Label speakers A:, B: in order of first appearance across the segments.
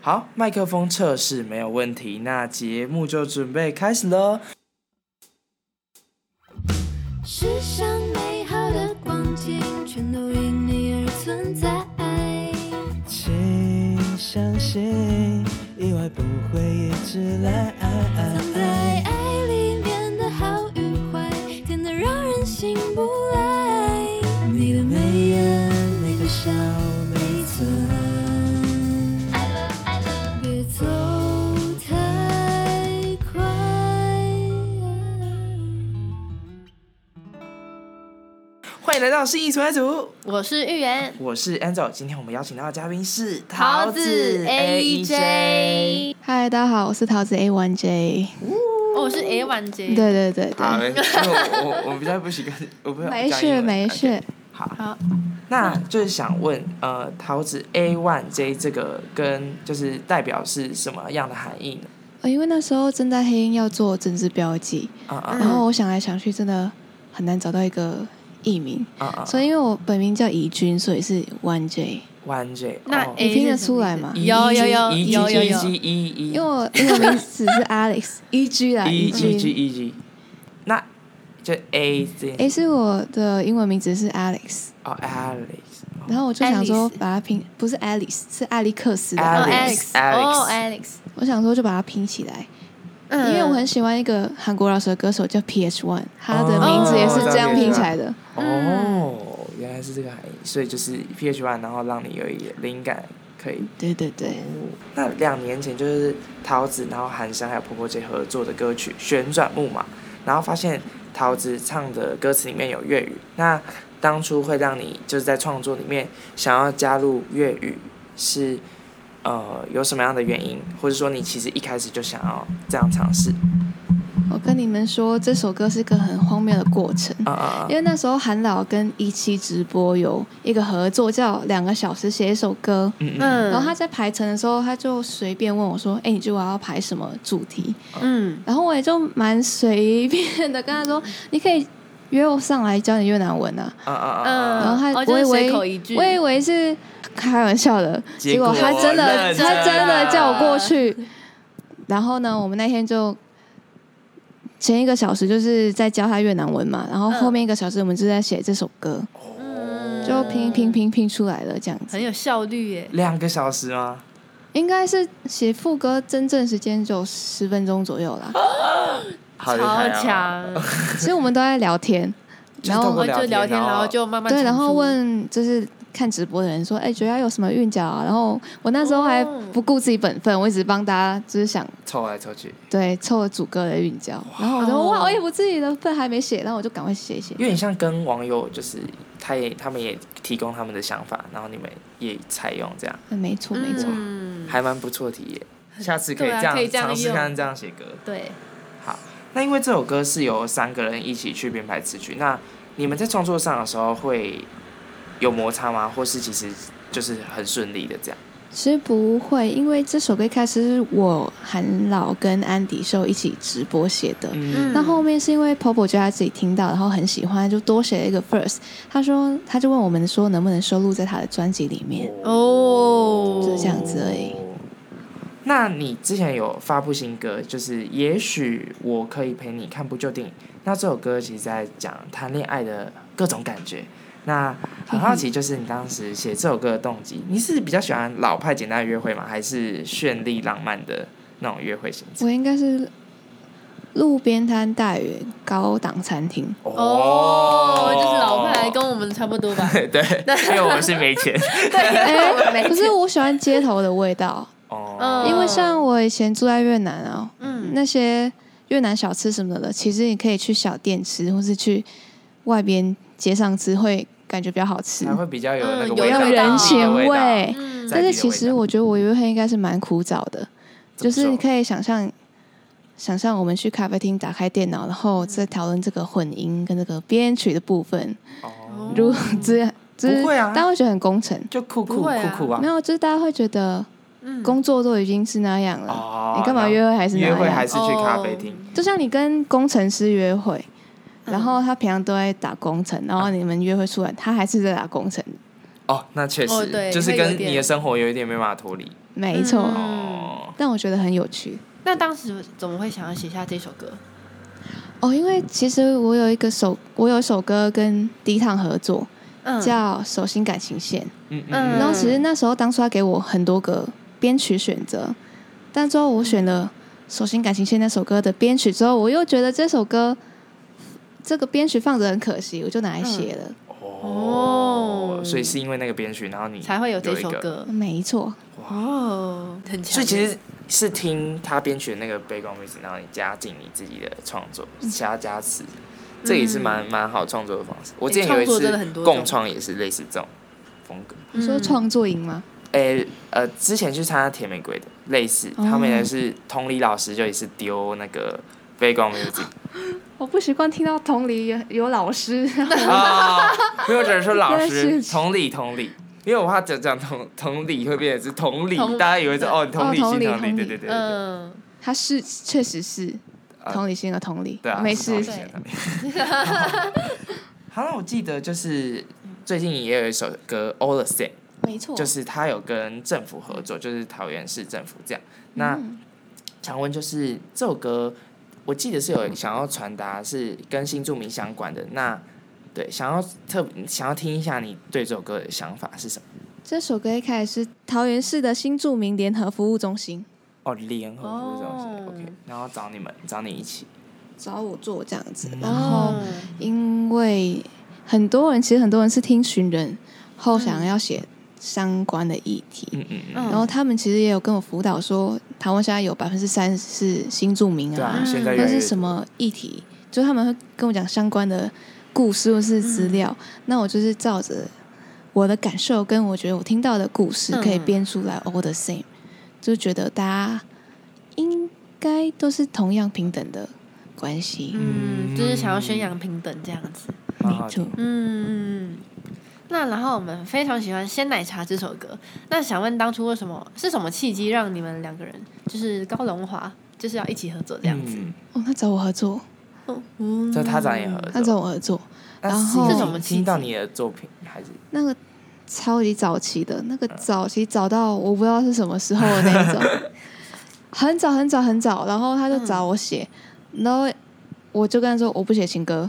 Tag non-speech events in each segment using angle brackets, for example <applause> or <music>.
A: 好，麦克风测试没有问题，那节目就准备开始喽。
B: 世上美好的光景，全都因你而存在。
C: 请相信，意外不会一直来。
B: 藏在爱里面的好与坏，甜得让人醒不来。你的眉眼，每个笑，每寸。I love, I love。别走太快。
A: 欢迎来到新艺存爱组，
D: 我是芋圆
A: 我是 Angel，今天我们邀请到的嘉宾是 E
D: E
E: 嗨，大家好，我是桃子 A One J。
D: 哦哦我是 A 玩
E: 对
D: J。
E: 对对
A: 好哎嘞，
E: 对，
A: 因为我 <laughs> 我我比较不习惯，我不
E: 没事没。
A: 讲英文
E: 事
A: OK，。好，
D: 好，
A: 那就是想问，呃，桃子 A One J 这个跟就是代表是什么样的含义呢？
E: 呃，因为那时候正在黑鹰要做政治标记，
A: 啊啊
D: 嗯
E: 然后我想来想去，真的很难找到一个艺名，
A: 啊啊！
E: 所以因为我本名叫怡君，所以是 One J。
A: One J，
D: 那
A: 哦
D: A
E: 你听得出来吗
D: 哎是什么意思有有有
A: 一
D: 有有
A: G E
D: 有，
A: 一一，
E: 因为我英文名字是 Alex 一 G 啦，
A: 一 E G
E: 一
A: G
E: G。
A: 一 G，那就 A 这
E: A 是我的英文名字是 Alex，
A: 哦 Alex，
E: 然后我就想说
D: Alice
E: 把它拼，不是 Alice，是艾利克斯的
D: 哦
E: Alex。
A: Alex，
D: Alex，哦 Alex，
E: 我想说就把它拼起来，
D: 嗯
E: 因为我很喜欢一个韩国老师的歌手叫 PH One，他的
A: 哦
E: 名字也是这样拼起来的。
A: 哦，原来是这个含义，所以就是 PH One，然后让你有一点灵感可以。
E: 对对对，
A: 那两年前就是桃子，然后韩商还有婆婆姐合作的歌曲《旋转木马》，然后发现桃子唱的歌词里面有粤语，那当初会让你就是在创作里面想要加入粤语是呃有什么样的原因，或者说你其实一开始就想要这样尝试？
E: 我跟你们说，这首歌是个很荒谬的过程。
D: 嗯
A: 啊啊
E: 因为那时候韩老跟一期直播有一个合作，叫两个小时写一首歌。
A: 嗯嗯
D: 嗯，
E: 然后他在排程的时候，他就随便问我说：“哎，你觉得我要排什么主题
D: 嗯？”
E: 然后我也就蛮随便的跟他说：“你可以约我上来教你越南文啊。”
A: 啊啊
D: 嗯，
A: 啊！
E: 然后他
D: 哦就
E: 我
D: 是
E: 以
D: 随
E: 为
D: 口一句，
E: 我以为是开玩笑的，
A: 结
E: 结
A: 果
E: 果他真的
A: 认真
E: 他真的
A: 了
E: 叫我过去。然后呢，我们那天就前一个小时就是在教他越南文嘛，然后
D: 嗯
E: 后面一个小时我们就在写这首歌，
A: 哦
D: 嗯
E: 就拼拼拼拼出来了这样子
D: 很。有效率耶。
A: 两个小时吗？
E: 应该是写副歌真正时间就十分钟左右
D: <laughs>
E: 啦，
A: 好厉害
D: 超
A: 哦！
D: 强，
E: 其实我们都在聊天，
A: 就是
E: 然后
A: 透过
D: 我就聊天，然
A: 然
D: 后
A: 后
D: 就慢慢
E: 对，然
D: 产
E: 后
D: 出
E: 问就是看直播的人说，哎、觉得有什么韵脚啊？然后我那时候还
D: 哦
E: 不顾自己本分，我一直帮大家就是想
A: 凑来凑去，
E: 对凑了主歌的韵脚，然后我就哇，我也不自己的份还没写，然后我就赶快写一写。
A: 有点像跟网友，就是他也他们也提供他们的想法，然后你们也采用这样，
E: 嗯没错没错，
D: 嗯，
A: 还蛮不错的体验。下次可以
D: 对啊
A: 这样,、
D: 可以这样
A: 尝试
D: 用
A: 看这样写歌。
D: 对，
A: 那因为这首歌是由三个人一起去编排词曲，那你们在创作上的时候会有摩擦吗？或是其实就是很顺利的这样？
E: 其实不会，因为这首歌一开始是我韩老跟安迪秀一起直播写的。
A: 嗯
D: 嗯
E: 那后面是因为 Popo 觉得他自己听到，然后很喜欢，就多写了一个 verse。他说，他就问我们说能不能收录在他的专辑里面。
D: 哦
E: 就这样子而已。
A: 那你之前有发布新歌，就是也许我可以陪你看部旧电影。那这首歌其实在讲谈恋爱的各种感觉。那很好奇，就是你当时写这首歌的动机，你是比较喜欢老派简单的约会吗？还是绚丽浪漫的那种约会形式？。
D: <laughs>
E: 我应该是路边摊大于高档餐厅，
D: 哦，就是老派，跟我们差不多吧
A: <laughs> 对，因为我们是没钱
E: 哎，可是我喜欢街头的味
A: <laughs>
E: 道，
A: 哦
D: 嗯，
E: 因为像我以前住在越南啊，
D: 嗯，
E: 那些越南小吃什么的，其实你可以去小店吃，或是去外边街上吃，会感觉比较好吃
A: 才，会比较有那个
D: 嗯
A: 味
D: 有
A: 道，
E: 人情
A: 味道。嗯
E: 味。
D: 嗯
A: 在
E: 但是其实我觉得我约会应该是蛮枯燥的，
A: 怎么
E: 就是
A: 说
E: 你可以想象。想象我们去咖啡厅打开电脑，然后
A: 嗯
E: 再讨论这个混音跟这个编曲的
A: <laughs>
E: 部分，
A: 哦
E: 如之之，
A: 不会啊
E: 大家会觉得很工程。
A: 就酷酷
D: 不会
A: 酷
D: 啊
A: 酷啊
E: 没，有，就是大家会觉得
D: 嗯
E: 工作都已经是那样了，
A: 哦
E: 你干嘛约会还是那
A: 约
E: 样？
A: 会还是去咖
D: 哦
A: 啡厅，
E: 就像你跟工程师约会，
D: 嗯
E: 然后他平常都在打工程，
A: 啊
E: 然后你们约会出来，他还是在打工程。
A: 哦，那确实、
D: 哦对
A: 就是
D: 会有
A: 跟
D: 点
A: 你的生活有一点没办法脱离。
E: 没错。
D: 嗯
A: 哦，
E: 但我觉得很有趣
D: 那当时怎么会想要写下这首歌？
E: 哦，因为其实我有一个首，我有一首歌跟低唱合作，
D: 嗯
E: 叫《手心感情线》。
A: 嗯
D: 嗯
E: 然后其实那时候当初他给我很多个编曲选择，但最后我选了《手心感情线》那首歌的编曲之后，我又觉得这首歌这个编曲放着很可惜，我就拿来写了。
A: 哦
D: 哦，
A: 所以是因为那个编曲，然后你
D: 才会有这
A: 一
D: 首
A: 个。
D: 歌
E: 没错，
D: 哦，很强。
A: 所以其实是听他编曲的那个 background music，然后你加进你自己的创作，
D: 嗯
A: 加加词，这也是蛮蛮好创作的方式。我之前有一
D: 创作真的
A: 次
D: 很多种
A: 共创也是类似这种风格。
E: 你说创作营吗？
A: 诶、呃，之前去参加甜玫瑰的类似，他们
E: 哦
A: 也是同理老师就也是丢那个 background music
E: <laughs> 我不习惯听到同理有有老师，
A: 啊，没有只能说
E: <laughs>
A: 老
E: 这
A: 师
E: 是
A: 同理同理。因为我怕讲讲同同理会变成是同理，
D: 同
A: 大家以为是哦同理心
E: 同理
A: 理，
E: 同
A: 对
E: 理
A: 对对对对
D: 嗯，
E: <laughs> 他是确实是
A: 啊
E: 同理心和同理，
A: 对啊，
E: 没
A: 是同
E: 事
A: 理。心的同理。好，那我记得就是最近也有一首歌《All the Same
E: 没》，错
A: 就是他有跟政府合作，就是桃园市政府这样。那
E: 嗯
A: 想问就是这首歌，我记得是有想要传达是跟新著名相关的。那对，想要特想要听一下你对这首歌的想法是什么？
E: 这首歌一开始是桃园市的新著名联合服务中心
A: 哦，联合服务中心、
D: 哦
A: OK，然后找你们，找你一起。
E: 找我做这样子，
A: 嗯
E: 然后因为很多人其实很多人是听寻人后想要写相关的议题，
A: 嗯嗯嗯，
D: 嗯
E: 然后他们其实也有跟我辅导说，台湾现在有百分之三是新住民
A: 对
E: 啊，
A: 啊，现在
E: 或
A: 越
E: 者
A: 来
E: 是
A: 越
E: 什么议题，就他们会跟我讲相关的故事或是资料，
D: 嗯
E: 那我就是照着我的感受跟我觉得我听到的故事，
D: 嗯
E: 可以编出来 all the same，就觉得大家应该都是同样平等的关系，
D: 嗯，就是想要宣扬平等这样子。
A: 蛮好
E: 没错
A: 听。。
D: 嗯，那然后我们非常喜欢《鲜奶茶》这首歌。那想问，当初为什么是什么契机让你们两个人就是高龙华就是要一起合作这样子？
A: 嗯，
E: 哦，他找我合作，
D: 嗯，
A: 就他长也合
E: 他
A: 作。
E: 找我合作，
A: 那
E: 然
A: 是因
E: 后
A: 为
E: 这
D: 种
A: 听到你的作品还是
E: 那个超级早期的那个
A: 嗯
E: 早期找到我不知道是什么时候的那
A: <laughs>
E: 一种，很早很早很早，然后他
A: 嗯
E: 就找我写，然后我就跟他说我不写情歌，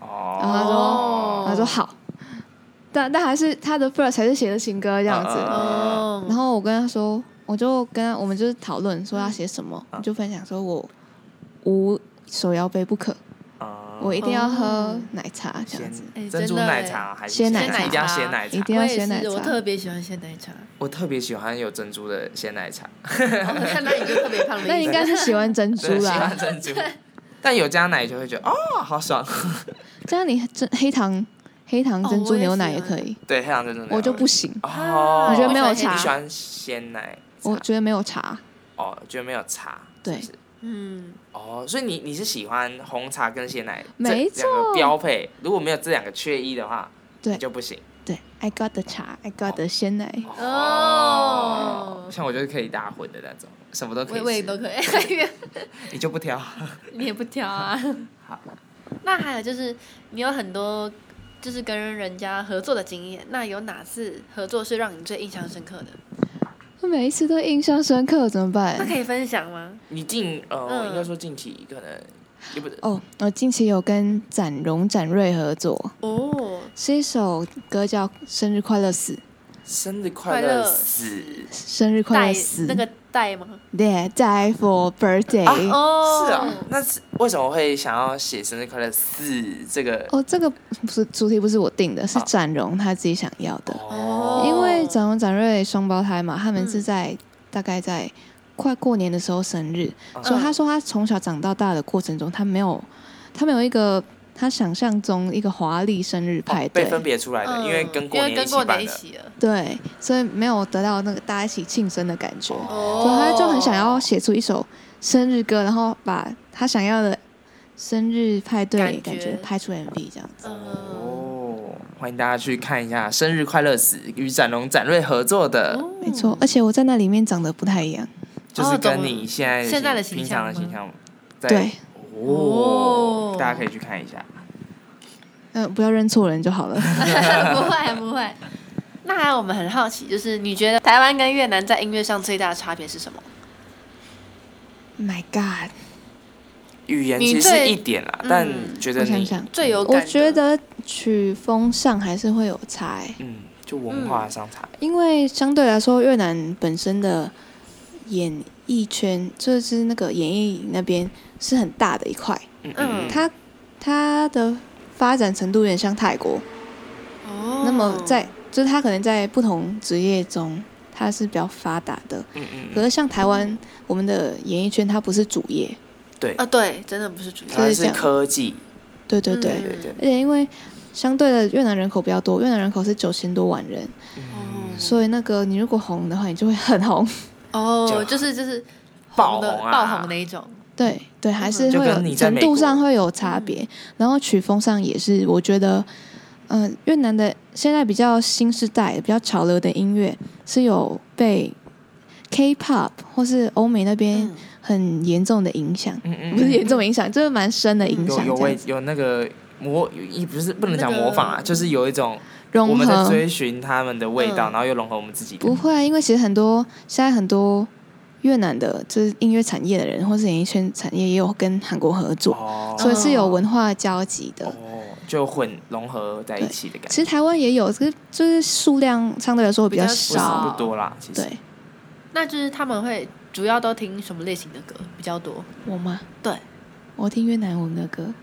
A: 哦，
E: 然后他说
D: 哦
E: 他说好，但但还是他的 first 还是写的情歌这样子，
A: 嗯嗯
D: 哦，
E: 然后我跟他说，我就跟他我们就是讨论说要写什么，
A: 嗯
E: 我就分享说我无手摇杯不可，
A: 啊
E: 我一定要喝
D: 哦
E: 奶茶这
A: 鲜
E: 样子，
D: 哎
A: 珍珠
D: 真的
A: 奶
D: 哎
A: 茶还是
E: 鲜
A: 奶
E: 奶茶
A: 一定要鲜奶茶
E: 一。定
D: 我
E: 要
D: 也
E: 鲜奶
D: 是，我
E: 茶。
D: 特别喜欢鲜奶 <laughs> 茶。
A: 我特别喜欢有珍珠的鲜奶茶，
D: 哦那你就特别胖的意思，
E: 那你应该是喜欢珍珠
A: 对喜
E: 啦
A: 欢，珍珠， <laughs> 但有加奶就会觉得哦，好爽。 <laughs>
E: 这样你珍黑糖黑糖珍珠牛奶也可以，
A: 对，黑糖珍珠奶
E: 我就不行，
A: 哦，
E: 我觉得没有
A: 你
E: 茶
A: 喜欢鲜奶茶，
E: 我觉得没有茶，
A: 哦，觉得没有茶，
E: 对
A: 是不是
D: 嗯，
A: 哦，所以你你是喜欢红茶跟鲜奶，这
E: 没
A: 两个
E: 错
A: 标配，如果没有这两个缺一的话，
E: 对
A: 你就不行。
E: 对，I got 的茶，I got 的鲜奶，
A: 哦
D: 哦，
A: 像我就是可以打混的那种，什么都可
D: 我
A: 以吃，
D: 我也都可以， <laughs>
A: 你就不挑。 <laughs>
D: 你也不挑啊。
A: 好，
D: 那还有就是，你有很多就是跟人家合作的经验，那有哪次合作是让你最印象深刻的？
E: 嗯我每一次都印象深刻，怎么
D: 那
E: 办
D: 可？以分享吗？
A: 你近呃，
D: 嗯
A: 应该说近期可能也不
E: 哦，我近期有跟展荣、展瑞合作，
D: 哦，
E: 是一首歌叫《生日快乐死》，
A: 生日快乐死
E: 生日快
D: 带
E: 乐死，
D: 那个带吗？
E: Yeah, die for birthday、
D: 哦，
A: 是啊，那是为什么会想要写生日快乐死这个？
E: 哦，这个不是主题，不是我定的，是
A: 哦
E: 展荣他自己想要的。
A: 哦，
E: 因为展荣、展瑞双胞胎嘛，他们是在、大概在快过年的时候生日，
A: 嗯
E: 所以他说他从小长到大的过程中，他没有他没有一个他想象中一个华丽生日派对
A: 哦被，分别出来的，
D: 嗯
A: 因为跟过年
D: 因为
A: 一
D: 跟
A: 起
D: 过
A: 办
D: 年一
A: 的。
D: 起了，
E: 对，所以没有得到那个大家一起庆生的感觉，
D: 哦
E: 所以他就很想
D: <laughs>
E: 要写出一首生日歌，然后把他想要的生日派对
D: 感
E: 感
D: 觉
E: 觉拍出 MV 这样子。
D: 嗯，
A: 哦，欢迎大家去看一下《生日快乐死》与展龙、展瑞合作的，
D: 哦
E: 没错，而且我在那里面长得不太一样，
A: 就是
D: 懂
A: 跟
D: 了
A: 你现在
D: 现在的形
A: 平常的
D: 象
A: 形
D: 吗
A: 象在。
E: 对，
A: 哦
D: 哦，
A: 大家可以去看一下。
E: 呃嗯、不要认错人就好了。
D: 不会不会。那我们很好奇，就是你觉得台湾跟越南在音乐上最大的差别是什么？
E: My God，
A: 语言
D: 你
A: 其实是
D: 最
A: 一点啦，
D: 嗯
A: 但觉得
E: 我
A: 你
E: 想想，
D: 最有感
E: 我
D: 的
E: 觉得曲风上还是会有差、欸，
A: 嗯，就文化上差。
E: 因为相对来说，越南本身的演艺圈，就是那个演艺那边是很大的一块，
A: 嗯
D: 嗯
E: 它它的发展程度有点像泰国，
D: 哦
E: 那么在就是它可能在不同职业中，它是比较发达的。
A: 嗯嗯
E: 可
A: 嗯，
E: 是像台湾，我们的演艺圈它不是主业，
A: 对，
D: 啊，对，真的不是主
A: 台
D: 要
A: 湾
E: 嗯就是这
A: 是
E: 样
A: 科技，
E: 对对
D: 嗯
E: 对。
A: 对对
E: 而且因为相对的越南人口比较多，越南人口是九千多万人，
D: 嗯
E: 所以那个你如果红的话，你就会很红。
D: 哦
A: 就，
D: 就是就是
A: 爆
D: 红的
A: 红啊
D: 爆红那一种，
E: 对对，还是
A: 就
E: 会
A: 跟你
E: 有
A: 在
E: 程
A: 美
E: 度
A: 国
E: 上会有差别，然后曲风上也是，我觉得，嗯、越南的现在比较新时代、比较潮流的音乐是有被 K-pop 或是欧美那边
D: 嗯
E: 很严重的影响，
A: 嗯嗯，
E: <laughs> 不是严重影响，就是蛮深的影
A: 有
E: 响，
A: 有
E: 这
A: 为
E: 样子
A: 有那个模，也不是不能讲
D: 那个
A: 模仿啊，就是有一种我
E: 融
A: 们在
E: 合。
A: 追寻他们的味道，
D: 嗯
A: 然后又融合我们自己的。
E: 不会啊，因为其实很多现在很多越南的，就是音乐产业的人，或是演艺圈产业，也有跟韩国合作，
A: 哦
E: 所以是有文化交集的。
A: 哦，就混融合在一起的感
E: 其
A: 觉，
E: 实台湾也有，只是就是数量相对来说会比较
D: 比较
A: 不是
E: 少。
D: 少
A: 不多啦，其实。
E: 对，
D: 那就是他们会主要都听什么类型的歌比较多？
E: 我吗？
D: 对，
E: 我听越南文的歌。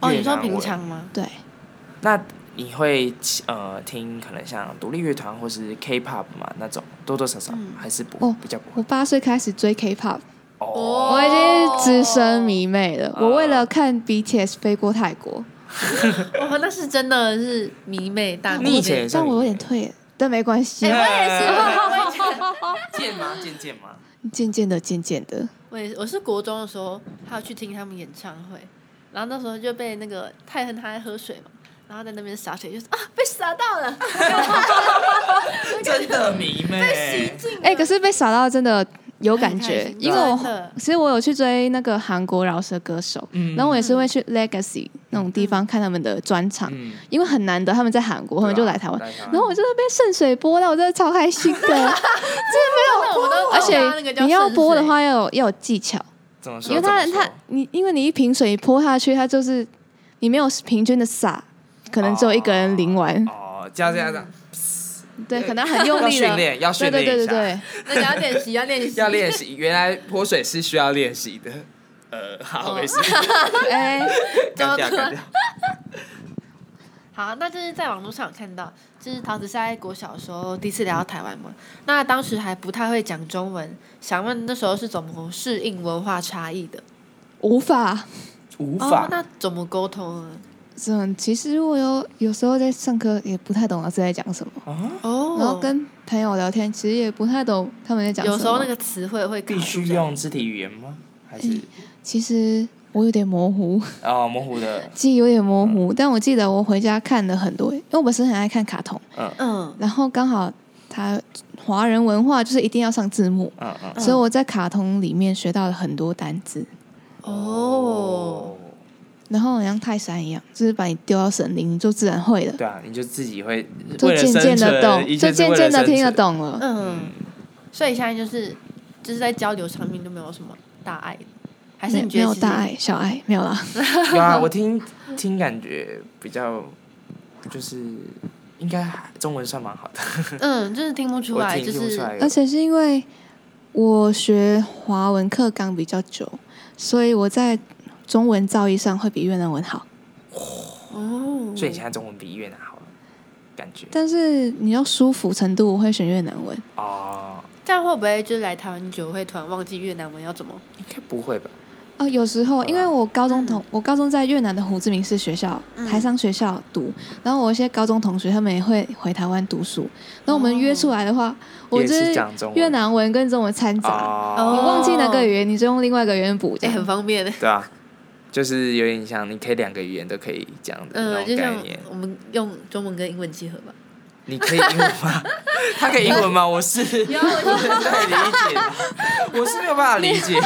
D: 哦，
A: 越
D: 你说
A: 南
D: 平
A: 文
D: 常吗？
E: 对，
A: 那你会呃听可能像独立乐团或是 K-pop 嘛那种，多多少少、
D: 嗯
A: 还是不、
E: 哦
A: 比较不
E: 我
A: 会
E: 八岁开始追 K-pop，、
A: 哦。
E: 我已经资深迷妹了。
A: 哦
E: 我为了看 BTS 飞过泰国，
D: 哇，哦那是真的是迷妹大迷
A: 你以
D: 妹
A: 前也是
E: 但我有点退了，但没关系啊
D: 哎、。我也是，我也是
A: 见吗？见见吗？
E: 渐渐的，渐渐的，
D: 我也是，我是国中的时候，还有去听他们演唱会，然后那时候就被那个泰亨他在喝水嘛，然后在那边洒水，就是啊被洒到了，
A: 真的迷妹，
E: 哎、可是被扫到真的有感
D: 很开
E: 觉，
D: 心
E: 因为我
D: 真的
E: 其实我有去追那个韩国饶舌歌手，
A: 嗯
E: 然后我也是会去 Legacy 那种地方看他们的专场，
A: 嗯，
E: 因为很难得他们在韩国，他们就来台湾，
A: 对啊
E: 然后我真的被圣水播到，我真的超开心的。
D: 那我都
E: 而且
D: 我家那个叫
E: 你要
D: 圣
E: 播的
D: 水，
E: 话要有要有技巧，
A: 怎么说？
E: 因为它
A: 啊怎么
E: 它
A: 说
E: 你因为你一瓶水泼下去，它就是你没有平均的洒，可能只有一个人淋完，
A: 哦，这样这样这样，
E: 对，
A: 对
E: 可能很用
A: 要
E: 力
A: 训
E: 了。
A: 练，要
E: 对
A: 训
E: 对
A: 练
E: 对
A: 一
E: 对
A: 下，
E: 对，
D: 那个要练习，要练习，
A: 要练习。原来泼水是需要练习的。呃，好，
D: 哦
A: 没事，
E: <laughs> 哎，
A: <laughs> 干掉
D: 怎么
A: 干掉。
D: 好，那就是在网络上有看到，就是桃子是在国小的时候第一次来到台湾嘛，那当时还不太会讲中文，想问那时候是怎么适应文化差异的？
E: 无法。
A: 无
D: 哦
A: 法，，
D: 那怎么沟通啊呢？
E: 嗯，其实我有有时候在上课也不太懂老师在讲什么，
A: 啊
D: 哦，
E: 然后跟朋友聊天，其实也不太懂他们在讲什么。
D: 有时候那个词汇会卡
A: 必
D: 住
A: 须
D: 这样
A: 用肢体语言吗？还是
E: 其实我有点模糊，
A: 哦，模糊的，
E: 记忆有点模糊，
A: 嗯
E: 但我记得我回家看了很多，因为我本身很爱看卡通，
D: 嗯
E: 然后刚好他华人文化就是一定要上字幕，
A: 嗯嗯。
E: 所以我在卡通里面学到了很多单字，
D: 哦，
E: 然后好像泰山一样，就是把你丢到森林，你就自然会了，
A: 对啊，你就自己会
E: 就
A: 为了
E: 渐渐
A: 生
E: 的
A: 存
E: 懂，
A: 一
E: 就
A: 切是为
E: 渐
A: 了
E: 渐的
A: 生
E: 听得
A: 存。
E: 懂了。
D: 嗯，所以现在就是就是在交流上面都没有什么大碍，还是
E: 没
D: 你
E: 没
D: 觉得
E: 有
D: 其实
E: 大碍，小爱没有啦。
A: 对
E: <laughs>
A: 啊，我听听感觉比较就是应该还中文算蛮好的，
D: 嗯，就是听不出
A: 我
D: 来，
A: 听
D: 就
A: 听不
D: 是
A: 出来有。
E: 而且是因为我学华文课纲比较久，所以我在中文造诣上会比越南文好。嗯
D: 哦，
A: 所以你现在中文比越南好了，感觉
E: 但是你要舒服程度，我会选越南文。
A: 哦，
D: 这样会不会就是来台湾久会突然忘记越南文要怎么？
A: 应该不会吧？
E: 哦，有时候
A: 吧
E: 因为我高中同、我高中在越南的胡志明市学校、
D: 嗯
E: 台商学校读，然后我一些高中同学他们也会回台湾读书，然后我们约出来的话，我
A: 也
E: 就是是
A: 讲中文
E: 越南文跟中文掺杂，你
A: 哦，
E: 忘记哪个语言，你就用另外一个语言补这
D: 哎、
E: 样。
D: 很方便的。
A: 对啊，就是有点像你可以两个语言都可以讲的那
D: 嗯，
A: 种
D: 就
A: 概
D: 像
A: 念。
D: 我们用中文跟英文结合吧。
A: 你可以英文吗？他可以英文吗？我是不能太理解了，我是没有办法理解。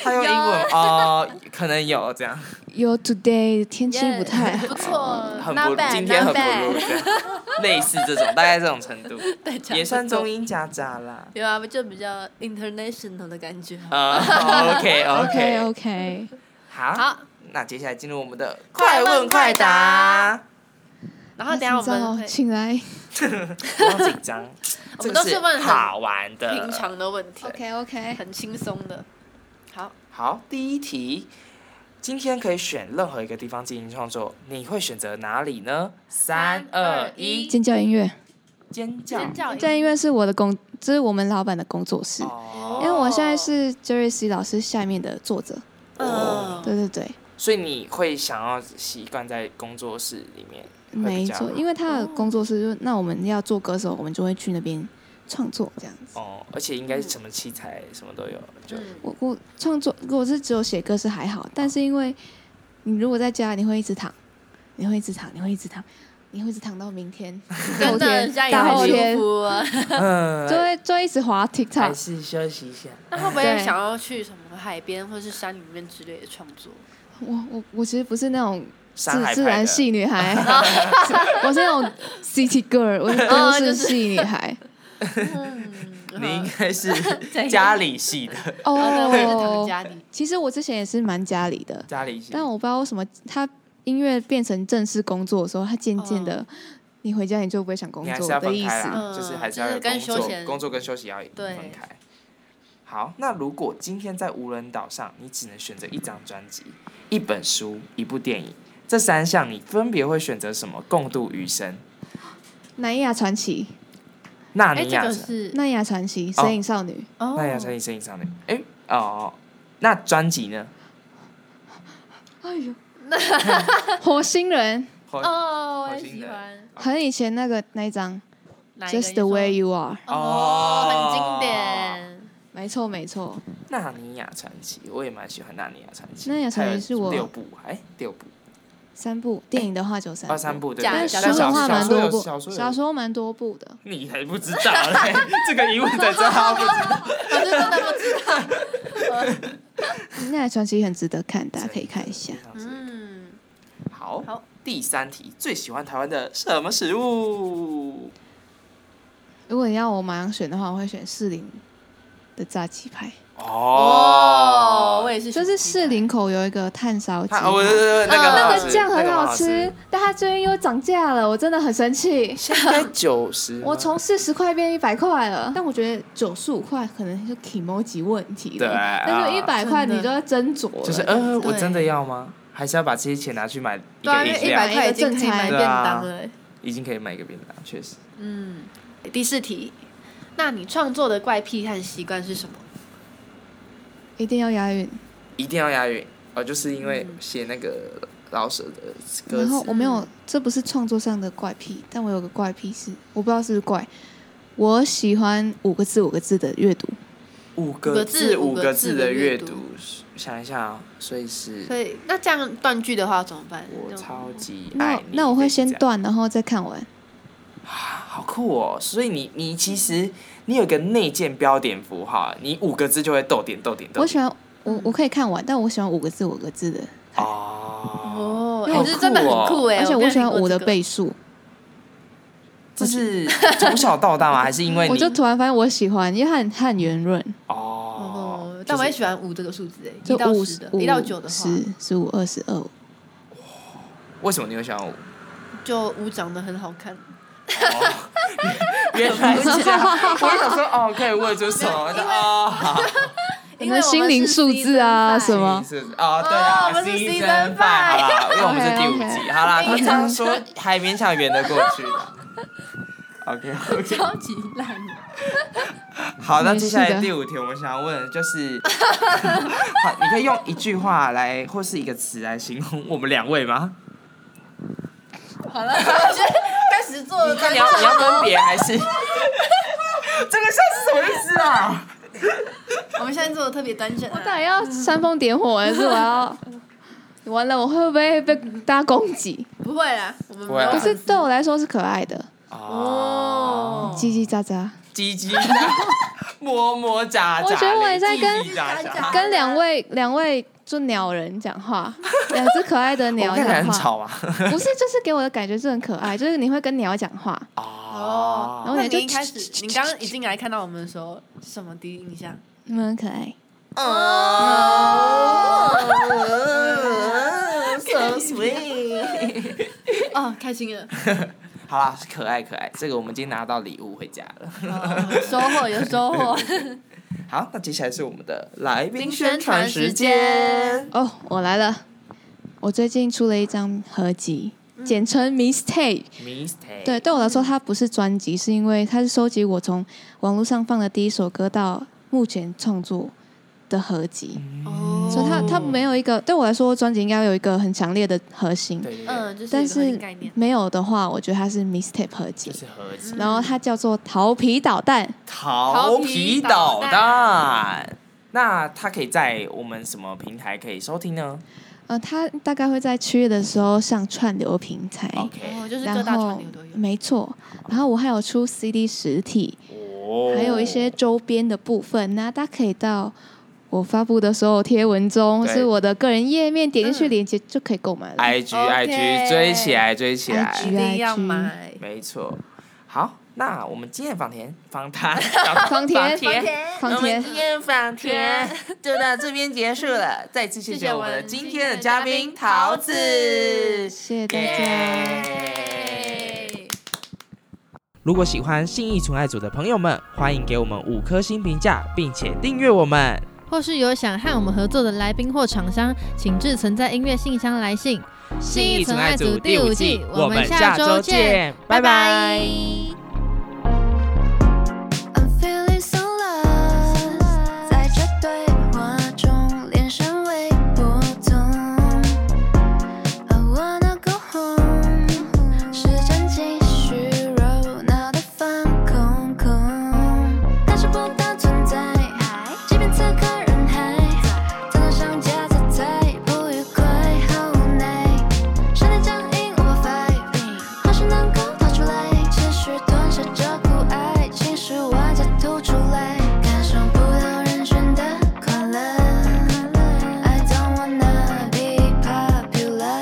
A: 他用英文哦，可能有这样，
E: 有 today 天气不 <laughs> 太好
F: 不
D: 呃
F: 错，
A: 很
F: not
A: 不
F: bad，
A: 今天很
F: not
A: 不
F: bad
A: 入，这样类似这种，大概这种程度，
D: <laughs> 对，讲
A: 也算
D: 不错
A: 中英夹杂啦。
D: 有啊，就比较 international 的感觉。
A: 呃，OK
E: OK
A: OK，
E: OK，
A: 好
D: 好，
A: 那接下来进入我们的快
D: 快问
A: 问
D: 快
A: 快
D: 答
A: 答，
D: 然后等一下我们
E: 那哦
D: 会
E: 请请来
A: 不要紧张，
D: <laughs> 我
A: 这
D: 们
A: 个
D: 都
A: 是
D: 是问很
A: 好玩的，
D: 平常的问题
E: OK OK，
D: 很轻松的。好，
A: 好，第一题，今天可以选任何一个地方进行创作，你会选择哪里呢？三二一，
E: 尖叫音乐，
A: 尖叫！
D: 尖叫
E: 尖叫音乐是我的工，这是我们老板的工作室，
A: 哦，
E: 因为我现在是 Jerry C 老师下面的作者，
A: 哦
D: 嗯
E: 对对对，
A: 所以你会想要习惯在工作室里面，会
E: 没
A: 比较
E: 错，因为他
D: 哦
E: 的工作室就那我们要做歌手，我们就会去那边创作这样子。
A: 哦，而且应该是什么器材什么都有，就
D: 嗯，
E: 我我创作如果是只有写歌是还好，但是因为你如果在家，你会一直躺，你会一直躺，你会一直躺，你会一直躺到明
D: <laughs>
E: 天、后
D: 真的
E: 天、
D: 这样也
E: 大后
D: 很
E: 天
D: 舒，服啊。 <laughs>
A: 嗯
E: 就会就一直滑
A: 还
E: TikTok。
A: 是休息一下。
D: 那会不会
E: 对
D: 想要去什么海边或是山里面之类的创作？
E: 我我我其实不是那种
A: 山海
E: 自自
A: 派
E: 然
A: 的
E: 系女孩，
D: <laughs>
E: 我是那种 city girl，我是
D: 哦
E: 都
D: 就
E: 市
D: 是
E: 系女孩。
D: 嗯，
A: 你应
D: 好
A: 该
D: <laughs>
A: 是
D: 样
A: 家里系的，
D: 好的，我也是唐
E: 哦，
D: 家
A: <laughs>
D: 里。
E: 其实我之前也是蛮家里的，
A: 家里系。
E: 但我不知道为什么他音乐变成正式工作的时候，他渐渐的，你回家你就不会想工
A: 哦你还
E: 作
A: 是要
E: 的
A: 分
E: 意
A: 开
E: 思。
A: 啦，就是还是
D: 就
A: 要
D: 是
A: 有
D: 跟
A: 工
D: 休
A: 作
D: 闲，
A: 工作跟休息要分开。好，那如果今天在无人岛上，你只能选择一张专辑、一本书、一部电影，这三项你分别会选择什么共度余生？
E: 南亚传奇，
A: 纳尼
D: 哎，这
A: 亚
D: 个
A: 城，
D: 是
E: 南亚传奇，神隐少女，
D: 哦
A: 纳尼亚城你声音上的，哎、哦，那专辑呢？哎
E: <laughs> 火星人，
A: 哦
D: 哦，我
A: 火
D: 也
A: 星
D: 喜
A: 人
D: 欢。
E: 很以前那个那一张
D: 哪一个
E: ，Just the way you are，
D: 哦，很经典。
E: 没错没错，
A: 纳尼亚传奇，我也蛮喜欢纳尼亚传奇。
E: 纳尼亚传奇
A: 它有
E: 是我
A: 六部，哎，六部，
E: 三部电影的话就三
A: 二哦三
E: 部，
A: 部对不
D: 假
A: 对。
E: 但
D: 假
E: 书
A: 但小
E: 的话
A: 小
E: 蛮
A: 说
E: 多
A: 有
E: 部，
A: 小说有
E: 小说蛮多部的。
A: 你还不知道嘞？这个疑问才知道不知道。
D: 我是真的不知道。
E: 南亚传奇很值得看，大家可以看一下
A: 非。常值得
D: 嗯，
A: 好，
D: 好
A: 第三题，最喜欢台湾的什么食物？
E: 如果你要我马上选的话，我会选士林的炸鸡排，
D: 哦，我也是喜
E: 就
D: 欢鸡
E: 是
D: 排，
E: 士林口有一个炭烧鸡
A: 它
E: 排。
A: 哦，我那个
D: 那
A: 那
D: 个
E: 酱很
A: 好
E: 好吃，，但它最近又涨价了，我真的很生气。，
A: 现在九十
E: 我从四十块变一百块了，但我觉得九十五块可能是 emoji 问题
A: 对
E: 了，
A: 啊
E: 但是一百块
D: 真的
E: 你就要斟酌了。
A: 就是呃，我真的要吗？还是要把这些钱拿去买一
D: 对啊，
A: 个
D: 因为
A: 饮
D: 一
A: 料
D: 百？块已经可以买便当了、欸。
A: 已经可以买一个便当，确实。
D: 嗯，第四题，那你创作的怪癖和习惯是什么？
E: 一定要押韵。
A: 一定要押韵哦，就是因为写那个老舍的歌
E: 然后
A: 词，
E: 我没
D: 嗯
E: 有，这不是创作上的怪癖，但我有个怪癖是，我不知道是不是怪，我喜欢五个字五个字的阅读，
A: 五
D: 个
A: 个
D: 字
A: 字
D: 五
A: 五
D: 个
A: 个
D: 字
A: 字
D: 的
A: 的
D: 阅
A: 阅
D: 读
A: 读，想一下啊，所以是
D: 所以那这样断句的话怎么办？
A: 我
D: 就
A: 超级爱
E: 那
A: 你
E: 那我会先
A: 这样
E: 断，然后再看完。
A: 好酷哦！所以你你其实你有个内建标点符号，啊你五个字就会逗点逗点逗点。
E: 我喜欢
D: 嗯
E: 我我可以看完，但我喜欢五个字五个字的，
A: 哦，
D: 哦，
A: 好
D: 哎，这真的
A: 酷哦
D: 很酷哎、
E: 而且
D: 没
E: 我
D: 有
E: 喜欢
D: 听过
E: 五的
D: 这个，
E: 倍数。
A: 这是从小到大吗？还是因为
E: <laughs> 我
A: 你
E: 就突然发现我喜欢，因为它很它很圆润，
A: 哦
D: 哦，，
A: 就
D: 但我
A: 是
D: 也喜欢五这个数字哎、
E: 就
D: 一到
E: 五
D: 十的，
E: 五
D: 一到九的话，
E: 十十五二十二，
A: 为什么你会喜欢五？
D: 就五长得很好看。
A: 哦 <laughs> 原来是
E: <laughs>
A: 这样，我想说哦，可以问出什么？哦，好
E: 你们心灵数字啊什么
A: 是哦，对啊，
D: 哦我们是 season
A: season five，好啦，因为我们是第
E: OK，OK
A: 五集，好啦，通常说
E: <laughs>
A: 还勉强圆得过去的。OK OK。
D: 超级 <laughs> 烂的，
A: 好，那
E: 没
A: 接
E: 事
A: 下来
E: 嗯的
A: 第五题，我想要问的就是， <laughs> 好，你可以用一句话来或是一个词来形容我们两位吗？
D: 开始做了
A: 那你要你要分别还 <laughs> 是？这个像是什么意思啊？
D: 我们现在做的特别端正、
E: 当
D: 啊，
E: 然要煽风点火，还是我要？ <laughs> 完了，我会不会被大家攻击？
D: 不会啦，我们
A: 不
D: 没
A: 会啊
D: 有
E: 可
D: 很
E: 是对我来说是可爱的，
A: 哦，
E: 叽叽喳喳。
A: 叽叽，么么喳喳嘞，
E: 我觉得我也在跟
A: 叽叽喳喳
E: 跟两位两位就鸟人讲话， <laughs> 两只可爱的鸟
A: 我看起来
E: 讲
A: 很
E: 话，
A: 吵啊。
E: 不是，就是给我的感觉是很可爱，就是你会跟鸟讲话，然
A: 哦，
E: 后
D: 那
E: 你
D: 你
E: 就
D: 一开始，你刚刚一进来看到我们的时候，是什么第一印象？
E: 你们很可爱。哦
A: 哦 <laughs> ，so sweet。
D: 哦，开心了，
A: 好啦，可爱可爱，这个我们今天拿到礼物回家了。
D: 哦有收获有收获。
A: 好，那接下来是我们的来宾
D: 宾
A: 宣传
D: 宣传
A: 时
D: 时
A: 间
D: 间。
E: <laughs> 哦，我来了，我最近出了一张合集，
D: 嗯
E: 简称 Mistake。
A: Mistake，
E: 对，对我来说，它不是专辑，是因为它是收集我从网络上放的第一首歌到目前创作的合集，
A: 嗯
D: 哦
E: 所以它它没有一个对我来说，专辑应该有一个很强烈的核心，
A: 对对对，
D: 嗯，就是
E: 但
D: 有个核心
E: 是
D: 概念。嗯
E: 没有的话，我觉得它是 Mistake 合集
A: 就。是合集
E: 然后它叫做桃皮捣蛋，
A: 桃皮
D: 皮
A: 捣
D: 捣
A: 蛋。那它可以在我们什么平台可以收听呢
E: 呃，它大概会在七月的时候上串流平台，
D: 哦，
A: ？OK，
D: 就是各
E: 然
D: 大
E: 后
D: 串流都有。
E: 没错，然后我还有出 CD 实体，
A: 哦
E: 还有一些周边的部分，那大家可以到我发布的所有贴文中，
A: 对
E: 是我的个人页面，点进去
D: 嗯
E: 链接就可以购买了。
A: IG
D: OK
A: IG 追起来追起来
D: 一
E: IG，
D: 定要买。
A: 没错。好，那我们今天的访田访
E: <laughs>
A: 谈
E: 房田，房
A: 我们
E: 田，
A: 今天访田就到这边结束
E: <laughs>
A: 了，再次谢
D: 谢
A: 谢
D: 谢
A: 我
D: 我
A: 们的
D: 们
A: 今
D: 今
A: 天
D: 天
A: 的
D: 的
A: 嘉
D: 嘉
A: 宾
D: 宾
A: 桃
D: 桃
A: 子，
D: 子
E: 谢谢大家。
A: 耶！
D: 耶
A: 如果喜欢信义纯爱组的朋友们，欢迎给我们五颗星评价，并且订阅我们。
F: 或是有想和我们合作的来宾或厂商，请至存在音乐信箱来信。
A: 信义纯爱组第
F: 第
A: 五
F: 五
A: 季
F: 季，
A: 我
F: 我
A: 们
F: 们
A: 下
F: 下
A: 周
F: 周
A: 见
F: 见，拜
A: 拜拜
F: 拜。
B: I'm feeling so lost，在这对话中连身微波动。I wanna go home，时间继续热闹的放空空，但是不当存在，即便此刻人海，常常想夹杂在不愉快和无奈，身体僵硬无法摆平，何时能够逃出来？持续吞下这苦爱，情绪外在吐出来，感受不到人群的快乐。I don't wanna be popular，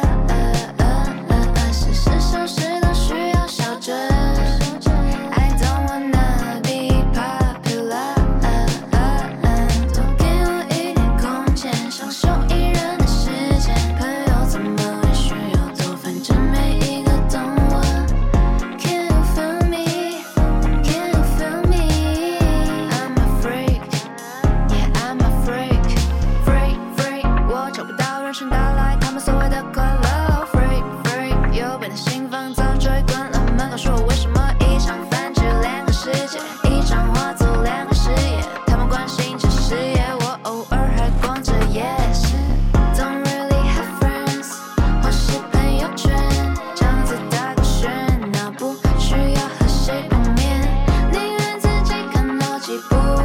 B: 是时尚时都需要笑着。I don't wanna be popular，多 uh, 给我一点空间，享受一人的时间。朋友怎么会需要多？反正每一个懂我。Can you feel me? Can you feel me? I'm a freak, yeah I'm a freak, freak freak，我找不到人生带来他们所谓的快乐。Freak freak，右边的心房早追关了门，告诉我为什么一场饭局两个世界，一场画作两个视野，他们关心着事业，我偶尔还逛着夜市。Don't really have friends，或是朋友圈，这样子大个喧闹，不需要和谁碰面，宁愿自己看逻辑不